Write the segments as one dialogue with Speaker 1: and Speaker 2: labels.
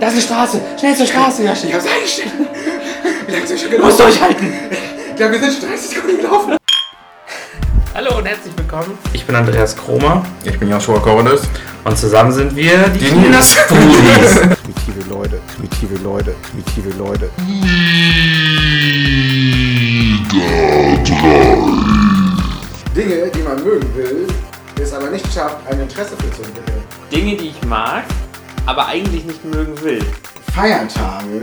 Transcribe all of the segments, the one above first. Speaker 1: Da ist eine Straße! Schnell zur Straße, Yoshi!
Speaker 2: Ich hab's eingestellt. Wie lange sind wir schon
Speaker 1: Du musst
Speaker 2: gelaufen?
Speaker 1: durchhalten!
Speaker 2: Ich glaube, wir sind schon 30 Sekunden gelaufen.
Speaker 1: Hallo und herzlich willkommen.
Speaker 3: Ich bin Andreas Kromer
Speaker 2: Ich bin Joshua Cordes.
Speaker 3: und zusammen sind wir die,
Speaker 2: Die
Speaker 3: Kinders-Brudis.
Speaker 4: primitive Leute, primitive Leute, primitive Leute.
Speaker 2: Dinge, die man mögen will, es aber nicht schafft, ein Interesse für zu entwickeln.
Speaker 1: Dinge, die ich mag, aber eigentlich nicht mögen will.
Speaker 2: Feiertage,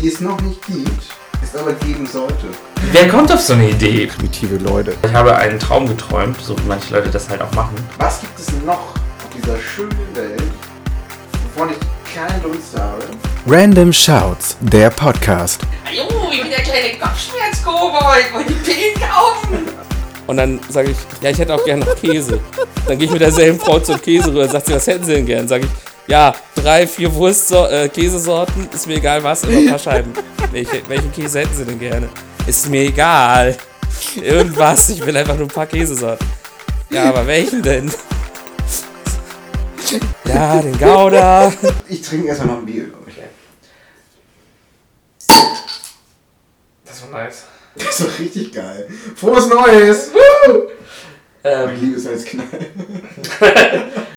Speaker 2: die es noch nicht gibt, es aber geben sollte.
Speaker 3: Wer kommt auf so eine Idee?
Speaker 4: Primitive Leute.
Speaker 3: Ich habe einen Traum geträumt, so wie manche Leute das halt auch machen.
Speaker 2: Was gibt es noch auf dieser schönen Welt, wovon ich keine Lust habe?
Speaker 4: Random Shouts, der Podcast.
Speaker 5: Juhu, ich bin der kleine Kopfschmerz-Cowboy. Ich wollte die Pillen kaufen.
Speaker 6: Und dann sage ich, ja, ich hätte auch gerne noch Käse. Dann gehe ich mit derselben Frau zum Käse rüber, sagt sie, was hätten sie denn gern? Sage ich, ja, drei, vier Wurst äh, Käsesorten, ist mir egal was, immer ein paar Scheiben. Welche, welchen Käse hätten sie denn gerne? Ist mir egal. Irgendwas, ich will einfach nur ein paar Käsesorten. Ja, aber welchen denn? Ja, den Gouda.
Speaker 2: Ich trinke erstmal noch ein Bier, glaube ich.
Speaker 3: Das war nice.
Speaker 2: Das ist doch richtig geil.
Speaker 3: Ähm,
Speaker 2: Frohes Neues! Woo! ich liebe es, wenn es knallt.